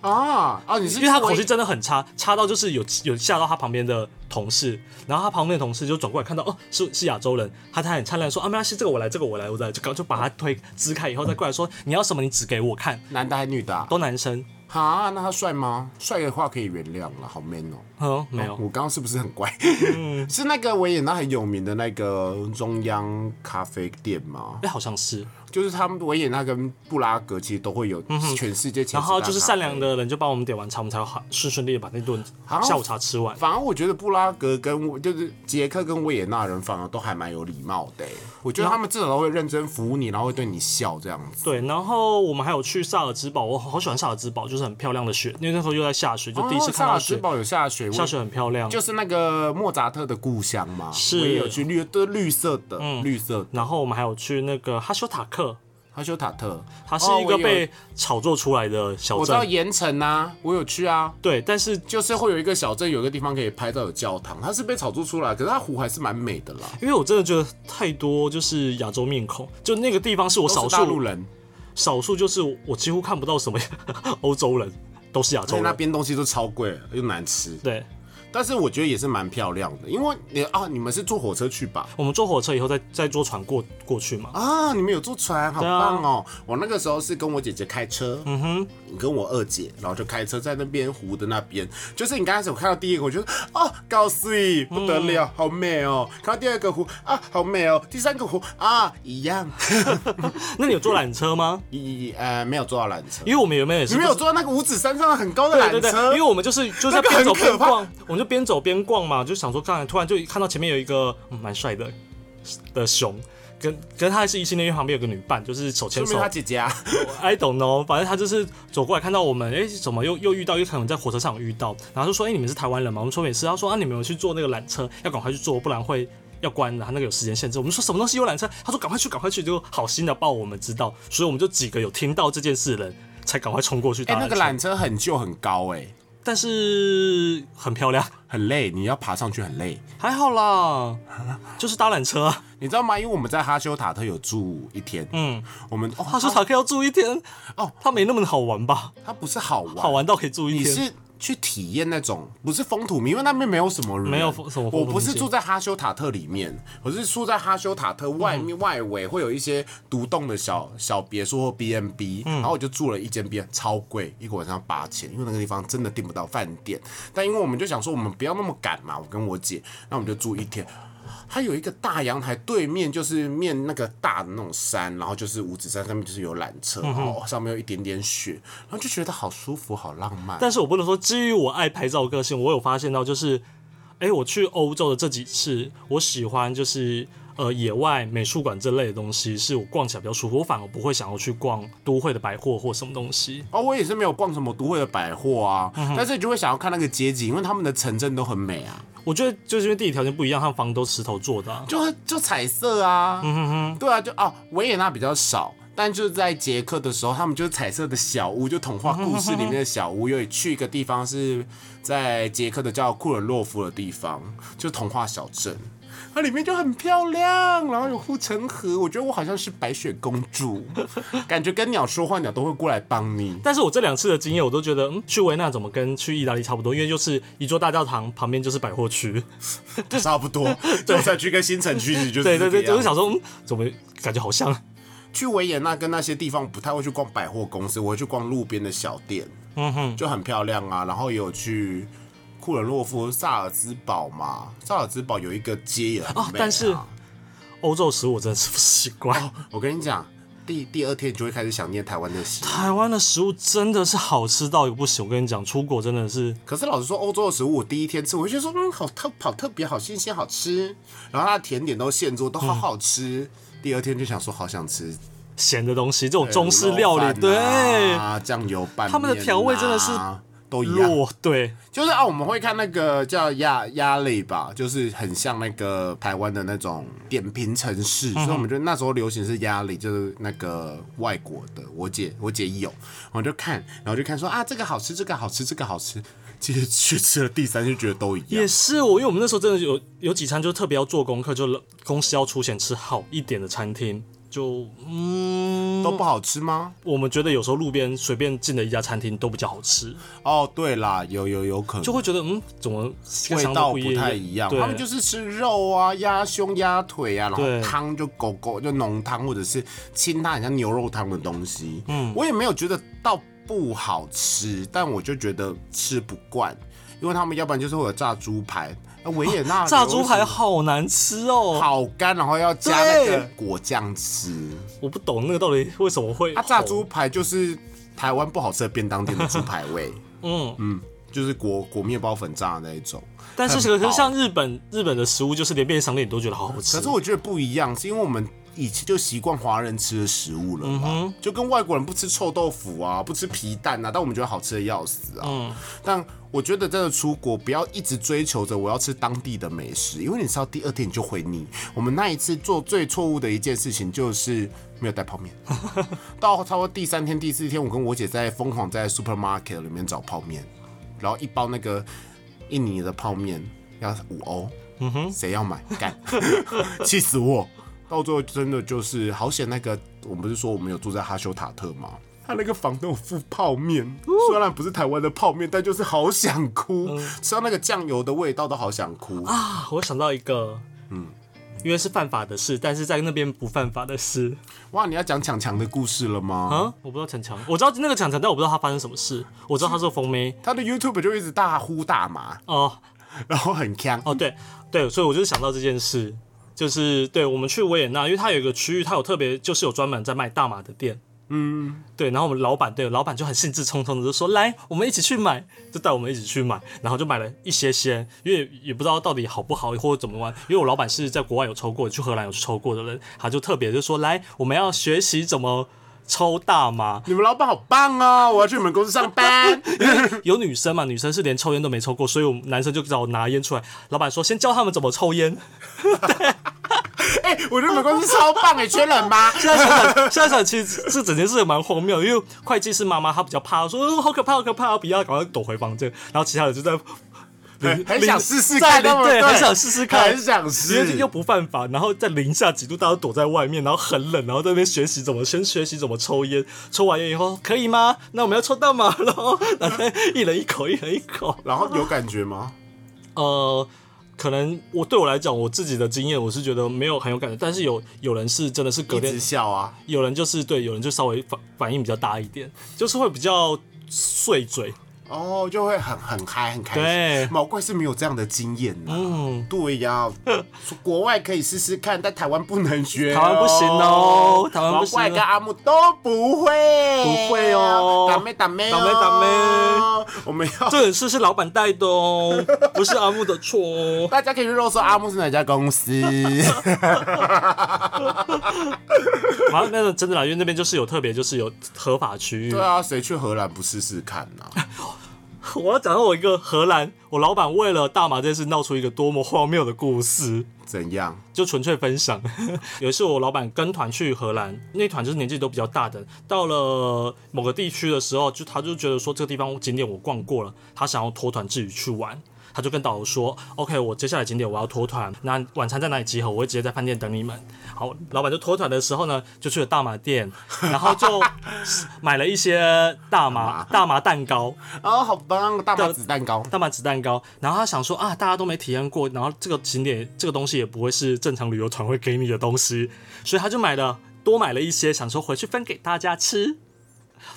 A: 啊啊！你是
B: 因为他口
A: 微
B: 气真的很差，差到就是有有吓到他旁边的同事，然后他旁边的同事就转过来看到哦是是亚洲人，他他很灿烂说啊没关系，这个我来，这个我来，我来，就刚就把他推支开以后再过来说你要什么你指给我看，
A: 男的还女的啊？
B: 都男生，
A: 哈，那他帅吗？帅的话可以原谅了，好 man 哦。
B: 嗯没有，嗯
A: 我刚刚是不是很怪？ 是那个维也纳很有名的那个中央咖啡店吗？
B: 哎好像是，
A: 就是他们维也纳跟布拉格其实都会有全世界前十大
B: 嗯然后就是
A: 咖啡
B: 善良。的人就帮我们点完茶，我们才好顺顺利利把那顿
A: 好
B: 下午茶吃完。
A: 反而我觉得布拉格跟就是捷克跟维也纳人反而都还蛮有礼貌的欸、我觉得他们至少都会认真服务你，然后会对你笑这样子。
B: 对，然后我们还有去萨尔兹堡，我好喜欢萨尔兹堡，就是很漂亮的雪，因为那时候又在下雪，就第一次
A: 哦
B: 看
A: 萨
B: 到
A: 尔兹
B: 雪，
A: 堡有下雪，我
B: 下雪很漂亮。
A: 就是那个莫扎特的故乡嘛，
B: 是嗯
A: 我也有去绿都绿色的，绿色的
B: 然后我们还有去那个哈修塔克，
A: 哈修塔特，
B: 它是
A: 哦
B: 一
A: 我
B: 个
A: 有
B: 被炒作出来的小
A: 我知道
B: 镇，
A: 盐城啊，我有去啊，
B: 对，但是
A: 就是会有一个小镇，有一个地方可以拍照有教堂，它是被炒作出来，可是它湖还是蛮美的啦。
B: 因为我真的觉得太多就是亚洲面孔，就那个地方是我
A: 都
B: 少
A: 是大陆
B: 数，
A: 人，
B: 少数就是我几乎看不到什么欧洲人，都是亚
A: 所
B: 洲
A: 以那
B: 人。
A: 边东西都超贵又难吃，
B: 对，
A: 但是我觉得也是蛮漂亮的，因为你啊，你们是坐火车去吧？
B: 我们坐火车以后再再坐船过过去嘛。
A: 啊，你们有坐船，好
B: 对啊
A: 棒哦！我那个时候是跟我姐姐开车，嗯哼，跟我二姐，然后就开车在那边湖的那边，就是你刚开始我看到第一个，我觉得哦，高碎不得了，
B: 嗯
A: 好美哦！看到第二个湖啊，好美哦！第三个湖啊，一 样，
B: 那你有坐缆车 吗？
A: 一呃没有坐到缆车，
B: 因为我们原本也是
A: 你们
B: 不
A: 有
B: 知
A: 坐到那个五指山上很高的缆
B: 对对对，
A: 车，
B: 因为我们就是 就是
A: 那
B: 在
A: 个
B: 边
A: 很
B: 走边
A: 可怕
B: 逛，我们就边走边逛嘛，就想说看，突然就看到前面有一个嗯蛮帅的的熊，跟跟他是异性恋，因为旁边有个女伴，就是手牵
A: 说
B: 手
A: 明他。姐姐啊，
B: I don't know，反正他就是走过来看到我们，哎、怎么又又遇到？又可能在火车上有遇到，然后就说，哎、你们是台湾人吗？我们说也是。他说啊，你们有去坐那个缆车，要赶快去坐，不然会。要关了，他那个有时间限制。我们说什么东西有缆车？他说赶快去，赶快去，就好心的报我们知道，所以我们就几个有听到这件事的人才赶快冲过去
A: 哎、
B: 搭缆车。
A: 那个缆车很旧很高哎、
B: 但是很漂亮，
A: 很累，你要爬上去很累。
B: 还好啦，就是搭缆车啊。
A: 你知道吗？因为我们在哈修塔特有住一天，嗯，我们哦，
B: 他说塔克要住一天
A: 哦，
B: 他没那么好玩吧？
A: 它不是好玩，
B: 好玩到可以住一
A: 你
B: 天。
A: 是去体验那种不是风土民，因为那边没有什么人，
B: 没有风什么风土
A: 我
B: 民
A: 不是
B: 情
A: 住在哈修塔特里面，我是住在哈修塔特外面、外围会有一些独栋的小小别墅或 B N B，然
B: 嗯
A: 后我就住了一间 B，N，超贵，一个晚上八千，因为那个地方真的订不到饭店。但因为我们就想说，我们不要那么赶嘛，我跟我姐，那我们就住一天。它有一个大阳台，对面就是面那个大的那种山，然后就是五指山上面就是有缆车，然后上面有一点点雪，然后就觉得好舒服，好浪漫。
B: 但是我不能说，基于我爱拍照的个性，我有发现到就是，哎，我去欧洲的这几次，我喜欢就是呃野外美术馆这类的东西，是我逛起来比较舒服。我反而不会想要去逛都会的百货或什么东西。
A: 哦，我也是没有逛什么都会的百货啊，但是你就会想要看那个街景，因为他们的城镇都很美啊，
B: 我觉得就是因为地理条件不一样，他们房都石头做的啊、
A: 啊就就彩色啊，嗯哼哼，对啊，就哦，维也纳比较少。但就是在捷克的时候，他们就是彩色的小屋，就童话故事里面的小屋，有去一个地方是在捷克的叫库尔洛夫的地方，就童话小镇。它里面就很漂亮，然后有护城河，我觉得我好像是白雪公主， 感觉跟鸟说话，鸟都会过来帮你。
B: 但是我这两次的经验，我都觉得，嗯，去维纳怎么跟去意大利差不多？因为就是一座大教堂，旁边就是百货区。
A: 差不多，旧城区跟新城区其实就是
B: 对对对，
A: 这个
B: 就
A: 样
B: 是想说，嗯，怎么感觉好像？啊
A: 去维也纳跟那些地方不太会去逛百货公司，我会去逛路边的小店，嗯哼，就很漂亮啊。然后也有去库伦洛夫、萨尔兹堡嘛，萨尔兹堡有一个街也很美、啊
B: 哦但是欧洲食物我真的吃不习惯。
A: 我跟你讲，第第二天你就会开始想念台湾的食物。
B: 台湾的食物真的是好吃到一个不行，我跟你讲，出国真的是
A: 可是老实说，欧洲的食物我第一天吃，我就觉得说，嗯，好特好特别，好新鲜，好吃。然后它的甜点都现做，都好好吃。第二天就想说，好想吃
B: 咸的东西，这种中式料理，对，
A: 啊，酱油拌面啊，
B: 他们的调味真的是
A: 都一样。
B: 弱对，
A: 就是啊，我们会看那个叫鸭鸭类吧，就是很像那个台湾的那种点评城
B: 嗯
A: 市，所以我们就那时候流行是鸭类，就是那个外国的，我姐我姐有，我就看，然后就看说啊这个好吃，这个好吃，这个好吃，其实去吃了第三就觉得都一样
B: 也。是哦我，因为我们那时候真的有有几餐就特别要做功课，就公司要出钱吃好一点的餐厅，就嗯，
A: 都不好吃吗？
B: 我们觉得有时候路边随便进的一家餐厅都比较好吃，
A: 哦，对啦，有有有可能，
B: 就会觉得嗯，怎么
A: 味道不
B: 不
A: 太一样。
B: 对，
A: 他们就是吃肉啊、鸭胸、鸭腿啊，然后
B: 对
A: 汤就狗狗就浓汤，或者是清它很像牛肉汤的东西。嗯，我也没有觉得到不好吃，但我就觉得吃不惯，因为他们要不然就是会有炸猪排，那维也纳、
B: 炸猪排。好难吃哦，
A: 好干，然后要加那个
B: 对
A: 果酱吃。
B: 我不懂那个到底为什么会
A: 它啊炸
B: 红
A: 猪排就是台湾不好吃的便当店的猪排味，
B: 嗯，
A: 嗯，就是裹裹面包粉炸的那一种。
B: 但是
A: 很
B: 可
A: 薄
B: 是像日本日本的食物，就是连便利商店你都觉得好好吃
A: 可是。我觉得不一样，是因为我们以前就习惯华人吃的食物了嘛，就跟外国人不吃臭豆腐啊，不吃皮蛋啊，但我们觉得好吃的要死啊。但我觉得真的出国不要一直追求着我要吃当地的美食，因为你知道第二天你就会腻。我们那一次做最错误的一件事情就是没有带泡 面，到差不多第三天、第四天，我跟我姐在疯狂在 supermarket 里面找泡面，然后一包那个印尼的泡面要五欧，嗯哼，谁要买？干， 气死我！到最后真的就是好险，那个我们不是说我们有住在哈修塔特吗？哦他那个房东有附泡面，虽然不是台湾的泡面，但就是好想哭，吃到那个酱油的味道都好想哭。
B: 啊，我想到一个，嗯，因为是犯法的事，但是在那边不犯法的事
A: 哇，你要讲强强的故事了吗？
B: 啊，我不知道强强，我知道那个强强，但我不知道他发生什么事，我知道他是风妹
A: 他的 YouTube 就一直大呼大骂，
B: 哦
A: 然后很呛。
B: 哦，对对，所以我就是想到这件事，就是对我们去维也纳，因为它有一个区域，它有特别就是有专门在卖大麻的店。嗯，对，然后我们老板对老板就很兴致冲冲的就说：“来，我们一起去买。”就带我们一起去买，然后就买了一些些，因为也不知道到底好不好或者怎么玩。因为我老板是在国外有抽过，去荷兰有抽过的人，他就特别就说：“来，我们要学习怎么抽大麻。
A: 你们老板好棒哦！我要去你们公司上 班。
B: 有女生嘛，女生是连抽烟都没抽过，所以我们男生就找我拿烟出来。老板说：“先教他们怎么抽烟。”
A: 哎、我觉得你们公司超棒哎，缺人吗？
B: 现在想想，现在想，其实这整件事也蛮荒谬，因为会计师妈妈她比较怕，说、哦、好可怕，好可怕，不要，赶快躲回房间。然后其他人就在
A: 很
B: 零
A: 很想试试
B: 在
A: 看，
B: 零
A: 对不
B: 对，很想试试看，
A: 很想试，
B: 因为又不犯法，然后在零下几度，大家都躲在外面，然后很冷，然后在那边学习怎么先学习怎么抽烟，抽完烟以后可以吗？那我们要抽大麻喽，然后一人一口，一人一口，
A: 然后有感觉吗？
B: 呃，可能我对我来讲，我自己的经验，我是觉得没有很有感觉，但是有有人是真的是隔
A: 一
B: 天
A: 直笑啊，
B: 有人就是对，有人就稍微反反应比较大一点，就是会比较碎嘴。
A: 哦，就会很很嗨，很开心。
B: 对
A: 毛怪是没有这样的经验呐、嗯，对呀、说国外可以试试看，但台湾不能学、
B: 台湾不行哦台湾不
A: 毛
B: 行哦
A: 怪跟阿木都不会，
B: 不会哦
A: 打妹打妹、哦，
B: 打妹
A: 妹，
B: 打
A: 我们要。
B: 这件事是老板带的哦，不是阿木的错哦。
A: 大家可以去肉搜阿木是哪家公 司，
B: 然后那个真的啦，
A: 啊
B: 因为那边就是有特别就是有合法区域
A: 对，啊，谁去荷兰不试试看呐、
B: 我要讲到我一个荷兰，我老板为了大麻这件事闹出一个多么荒谬的故事。
A: 怎 样？
B: 就纯粹分享。 有一次我老板跟团去荷兰，那团就是年纪都比较大的。到了某个地区的时候，就他就觉得说这个地方景点我逛过了，他想要脱团自己去玩。他就跟导游说：“OK，我接下来景点我要脱团，那晚餐在哪里集合？我会直接在饭店等你们。”好，老板就脱团的时候呢，就去了大麻店，然后就 买了一些大麻大麻蛋糕，
A: 哦，好棒！大麻子蛋糕，
B: 大麻子蛋糕，然后他想说啊，大家都没体验过，然后这个景点这个东西也不会是正常旅游团会给你的东西，所以他就买了多买了一些，想说回去分给大家吃。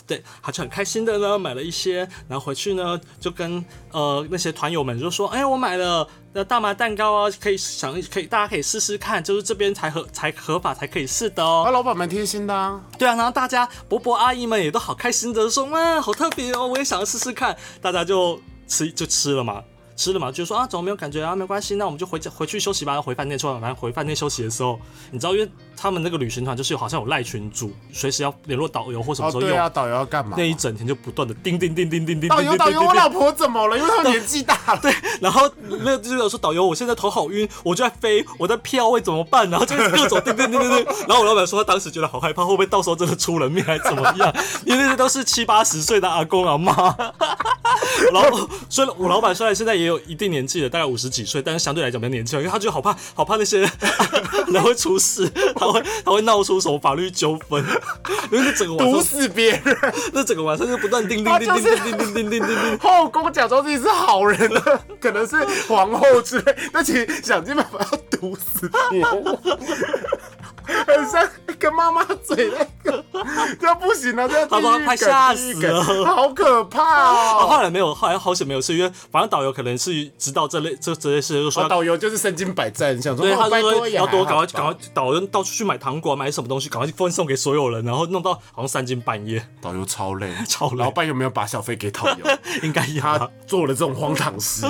B: 对，他就很开心的呢，买了一些，然后回去呢就跟呃那些团友们就说，哎，我买了那大麻蛋糕啊，可以想可以大家可以试试看，就是这边才合才合法才可以试的哦
A: 啊，。老板蛮贴心的啊。
B: 对啊，然后大家伯伯阿姨们也都好开心的说，哇，好特别哦，我也想要试试看。大家就吃就吃了嘛，吃了嘛，就说啊，怎么没有感觉啊？没关系，那我们就回家回去休息吧。回饭店吃完饭，回饭店休息的时候，你知道，因为他们那个旅行团就是有好像有赖群主，随时要联络导游或什么
A: 哦，
B: 时候用。
A: 对啊，导游要干嘛
B: 那？一整天就不断的叮叮叮叮叮 叮叮
A: 导游，
B: 叮
A: 导游，
B: 叮
A: 我
B: 叮
A: 老婆怎么了？因为她年纪大 了。对，
B: 然后那就是有说导游，我现在头好晕，我就在飞，我在飘，哎会怎么办？然后就是各种叮叮叮叮叮。然后我老板说他当时觉得好害怕，会不会到时候真的出人命还是怎么样？ 因为那些都是七八十岁的阿公阿妈。然后虽然我老板虽然现在也有一定年纪了，大概五十几岁，但是相对来讲比较年轻，因为他就好怕好怕那 些人会出事，他会他会闹出什么法律纠纷， 因为那整个晚
A: 毒
B: 上
A: 死别人。
B: 那整个晚上就不断叮叮
A: 他
B: 叮
A: 就
B: 叮
A: 是
B: 叮叮叮叮叮叮。
A: 后宫假装自己是好人的， 可能是皇后之类，但其实想尽办法要毒死别人，很像跟妈妈嘴那个， 这不行啊，这样
B: 好吧快吓死了
A: 好可 怕
B: 啊，
A: 哦！
B: 后来没有，后来好险没有事，因为反正导游可能是知道这类这这类事，就说
A: 啊
B: 要。
A: 导游就是身经百战，想说
B: 对，
A: 哦
B: 他
A: 拜
B: 就
A: 托
B: 说
A: 也还
B: 要
A: 好
B: 多赶快
A: 吧
B: 赶快，导游到处去买糖果，买什么东西，赶快去分送给所有人，然后弄到好像三更半夜，
A: 导游超累，
B: 超累
A: 老板有没有把小费给 导游？
B: 应该也
A: 他做了这种荒唐 事，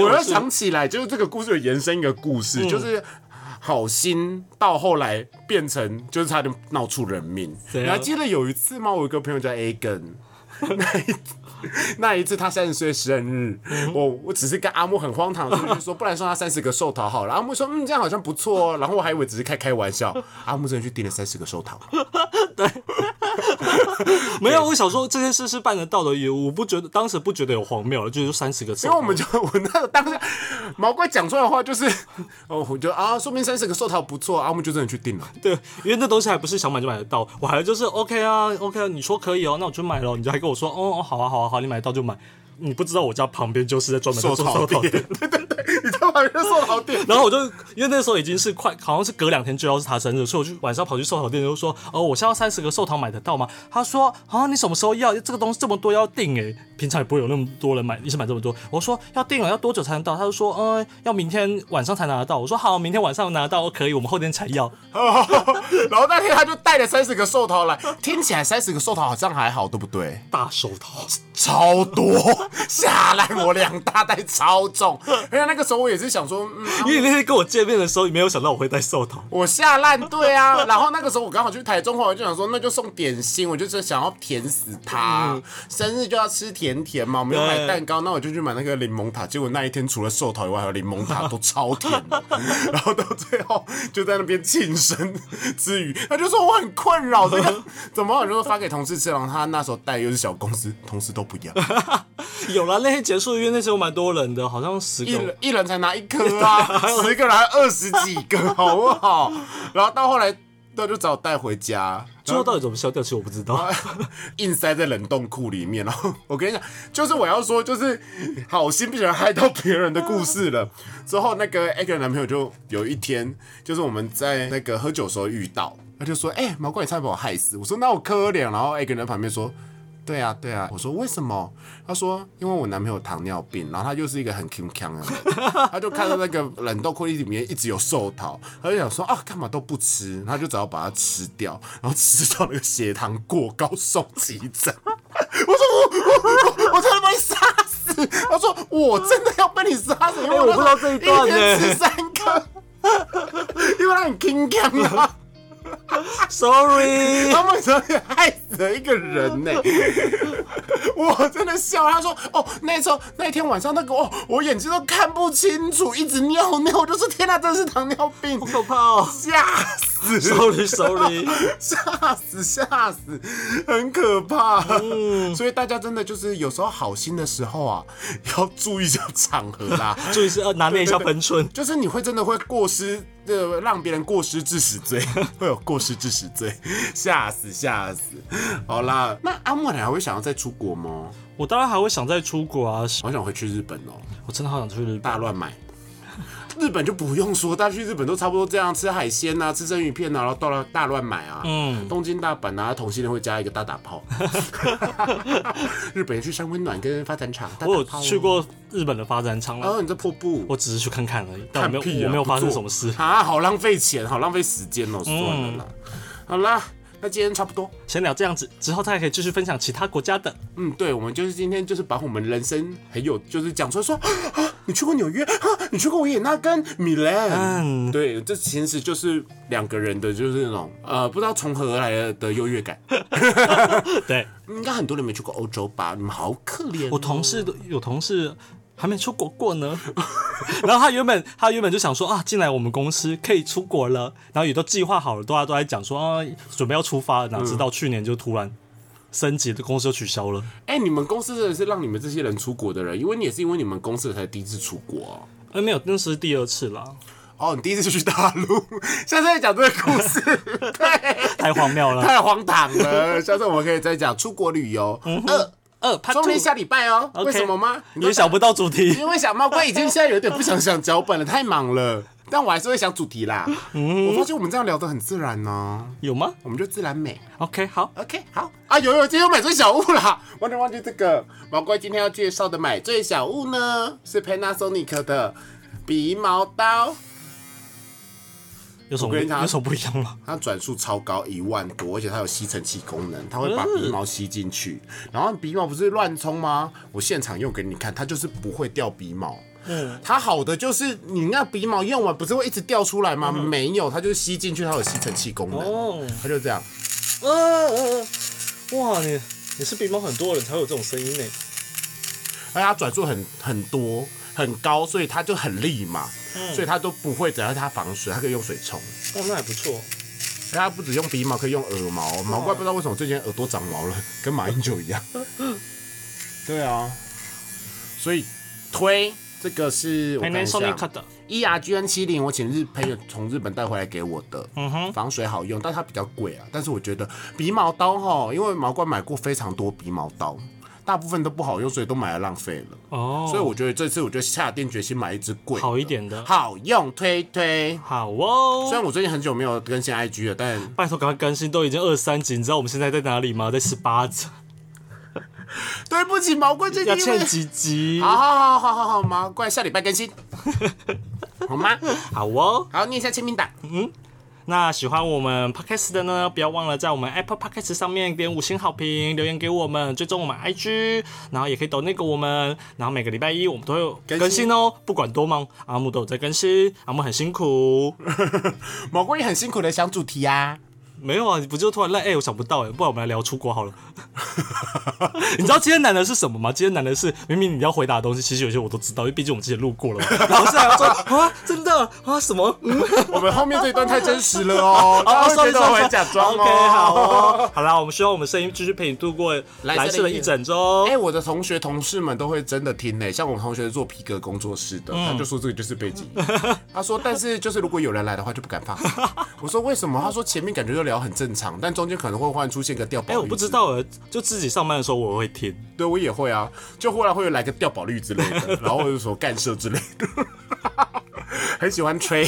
A: 我
B: 有嗯
A: 要
B: 趣
A: 想起来，就是这个故事有延伸一个故事，就是好心到后来变成就是差点闹出人命。
B: 怎
A: 你
B: 样
A: 还记得有一次吗？我有一个朋友叫 A 根，那一那一次他三十岁生日，
B: 嗯
A: 我我只是跟阿木很荒唐的说，就是说不然送他三十个寿桃好了。阿木说嗯这样好像不错哦，然后我还以为只是开开玩笑，阿木真的去订了三十个寿桃。
B: 哦没有。我想说这件事是办得到的，也我不觉得当时不觉得有荒谬了，就是三十个字。
A: 因为我们就我那个当下毛怪讲出来的话就是，哦，我就啊，说明三十个寿桃不错啊，我们就真的去订了。
B: 对，因为那东西还不是想买就买得到，我还就是 OK 啊，OK 啊，你说可以哦，那我就买了。你就还跟我说，哦哦，好啊，好啊，好啊，你买得到就买。你不知道我家旁边就是在专门做
A: 桃
B: 寿桃
A: 对
B: 店，
A: 对对，你在旁边寿桃店。
B: 然后我就因为那时候已经是快，好像是隔两天就要是他生日，所以我就晚上跑去寿桃店就说：“哦，我现在三十个寿桃买得到吗？”他说：“啊，你什么时候要？这个东西这么多要订诶、平常也不会有那么多人买，一次买这么多。”我说：“要订了，要多久才能到？”他就说：“嗯、要明天晚上才拿得到。”我说：“好，明天晚上拿得到可以，我们后天才要。
A: 然后那天他就带了三十个寿桃来，听起来三十个寿桃好像还好，对不对”？
B: 大寿桃，
A: 超多， 吓烂我两大袋，超重。而且那个时候我也是想说，嗯，
B: 因为你那天跟我见面的时候，你没有想到我会带寿桃。
A: 我下烂对啊， 然后那个时候我刚好去台中，后来就想说那就送点心，我就是想要甜死他，生日就要吃甜甜嘛，我没有买蛋糕，那我就去买那个柠檬塔，结果那一天除了寿桃以外，还有柠檬塔都超甜的，然后到最后就在那边庆生之余，他就说我很困扰这个怎么，我就说发给同事吃，然后他那时候带又是小公司，同事都不要，
B: 有了那天结束，因为那时候蛮多人的，好像十
A: 一人
B: 个。
A: 一人才拿一颗啊，十个人还二十几个，好不好？然后到后来。那就找我带回家，
B: 最后到底怎么消掉，其实我不知
A: 啊
B: 道。
A: 硬塞在冷冻库里面。然后 我跟你讲，就是我要说，就是好心不小心害到别人的故事了。之后那个 A 个男朋友就有一天，就是我们在那个喝酒的时候遇到，他就说：“哎、毛怪，你差点把我害死。”我说：“那我可怜。”然后 A 个人在旁边说。对啊，对啊，我说为什么？他说因为我男朋友糖尿病，然后他又是一个很 king 的人， 他就看到那个冷冻库里面一直有寿桃，他就想说啊，干嘛都不吃，然后他就只好把它吃掉，然后吃到那个血糖过高送急诊。 我说我我我我差点把你杀死，他说我真的要被你杀死，因为
B: 哎我不知道这一段
A: 一天
B: 呢
A: 吃三颗，因为他很 king 啊。
B: Sorry，
A: 他们真的害死了一个人呢、我真的笑。他说：“哦，那时候那天晚上那个哦，我眼睛都看不清楚，一直尿尿，我就说天哪、真的是糖尿病，
B: 好可怕 哦。
A: 吓 死
B: Sorry，Sorry，
A: 吓死，吓死，很可怕。所以大家真的就是有时候好心的时候啊，要注意一下场合啦。
B: 注意是要拿捏一下分寸。
A: 就是你会真的会过失，呃，让别人过失致死罪， 会有过失致死罪，吓死吓死。好啦，那阿莫你还会想要再出国吗？
B: 我当然还会想再出国啊，
A: 我想回去日本哦、
B: 我真的好想去日本。
A: 大乱买。日本就不用说，大家去日本都差不多这样，吃海鲜呐、啊，吃生鱼片呐、啊，然后到了大乱买啊，嗯，东京、大阪啊，同性恋会加一个大打 炮。日本人去三温暖跟发展厂，大
B: 我
A: 打
B: 有
A: 炮哦
B: 去。过日本的发展场
A: 然
B: 了，
A: 后你在破布，
B: 我只是去看看而已，但我
A: 看
B: 没有
A: 屁、啊，
B: 我没有发生
A: 不
B: 什
A: 做
B: 么事。嗯
A: 啊，好浪费钱，好浪费时间哦，算了啦，好啦，那今天差不多，
B: 先聊这样子，之后大家可以继续分享其他国家的。
A: 嗯，对，我们就是今天就是把我们人生很有，就是讲出来说 啊，啊你去过纽约 啊，你去过维也纳跟米兰，
B: 嗯
A: 对，这其实就是两个人的，就是那种呃，不知道从何而来的的优越 感。
B: 对
A: 应该很多人没去过欧洲吧？你们好可怜、
B: 我同事都有同事还没出国过呢， 然后他原本他原本就想说啊，进来我们公司可以出国了，然后也都计划好了，大家都在讲说啊，准备要出发了，
A: 嗯
B: 哪知道去年就突然升级，的公司就取消了。
A: 哎、你们公司真的是让你们这些人出国的人，因为你也是因为你们公司才第一次出国哦、
B: 哎，没有，那是第二次啦，
A: 哦，你第一次去大陆， 下次再讲这个故 事，对，
B: 太荒谬 了。
A: 太荒唐了。下次我们可以再讲出国旅游。
B: 嗯
A: 二，
B: 二潘
A: 说不定下礼拜哦。
B: OK
A: 为什么吗？
B: 也想不到主题。
A: 因为小猫龟已经现在有点不想想脚本了，太忙了。但我还是会想主题啦。
B: 嗯
A: 我发现我们这样聊得很自然呢、 哦
B: 有吗
A: 我们就自然美。
B: ？OK，好，
A: OK，好啊，有有，今天有买醉小物啦，完全忘记这个。毛怪今天要介绍的买醉小物呢，是 Panasonic 的鼻毛刀。
B: 有什
A: 我
B: 么
A: 跟你讲
B: 有什么不一样吗？
A: 它转速超高，一万多，而且它有吸尘器功能，它会把鼻毛吸进去。然后鼻毛不是乱冲吗？我现场用给你看，它就是不会掉鼻毛。嗯，它好的就是你那鼻毛用完不是会一直掉出来吗？没有，它就是吸进去，它有吸尘器功能，
B: 哦
A: 它就这样。
B: 呃呃，呃哇，你你是鼻毛很多人才会有这种声音呢。
A: 而且它转速很很多很高，所以它就很利嘛，所以它都不会，只要它防水，它可以用水冲。
B: 哦，那还不错。
A: 而且它不只用鼻毛，可以用耳毛，毛怪不知道为什么最近耳朵长毛了，跟马英九一样。对啊，所以推这个是我看一下
B: Panasonic 的
A: E R G N 七零，我请日朋友从日本带回来给我的，嗯哼，防水好用，但它比较贵啊。但是我觉得鼻毛刀哈，因为毛怪买过非常多鼻毛刀，大部分都不好用，所以都买来浪费了。
B: 哦，
A: 所以我觉得这次我就下定决心买一支贵的
B: 好一点的
A: 好用推推。
B: 好
A: 虽
B: 哦。
A: 然我最近很久没有更新 IG 了， 但
B: 拜托，赶快更新，都已经二三集，你知道我们现在在哪里吗？在十八集，
A: 对不起毛怪最近
B: 要
A: 因为
B: 欠几集？
A: 好好好好好好毛怪下礼拜更 新，好吗？
B: 好哦。
A: 好，念一下签名档。
B: 那喜欢我们 podcast 的呢，不要忘了在我们 Apple Podcast 上面点五星好评，留言给我们，追踪我们 IG，然后也可以抖那个我们，然后每个礼拜一我们都会有
A: 更新
B: 更新哦，不管多忙，阿木都有在更新，阿木很辛苦。
A: 毛怪也很辛苦的想主题啊，
B: 没有啊，你不就突然赖？哎、我想不到哎、不然我们来聊出国好了。你知道今天难的是什么吗？今天难的是明明你要回答的东西，其实有些我都知道，因为毕竟我们之前录过了嘛。然后现在要说啊，真的啊什么？嗯，
A: 我们后面这一段太真实了哦，大
B: 哦
A: 家会觉得我很假装
B: OK，好
A: 哦。
B: 哦， 好啦，我们希望我们声音继续陪你度过来世的一整周
A: 哎、。我的同学同事们都会真的听呢、像我同学做皮革工作室的，他就说这个就是背景音。 他说，但是就是如果有人来的话就不敢放。我说为什么？他说前面感觉都聊很正常，但中间可能会忽然出现个掉宝。
B: 哎、我不知，道，就自己上班的时候我会听，
A: 对我也会啊，就忽然会来个掉宝率之类的， 然后有什么干涉之类的。 很喜欢吹，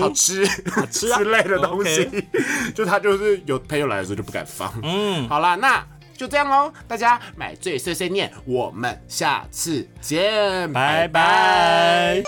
A: 好吃、好
B: 嗯吃啊
A: 之类的东西
B: OK
A: 就他就是有朋友来的时候就不敢放。嗯，好啦，那就这样喽，大家买醉碎碎念，我们下次见，
B: 拜拜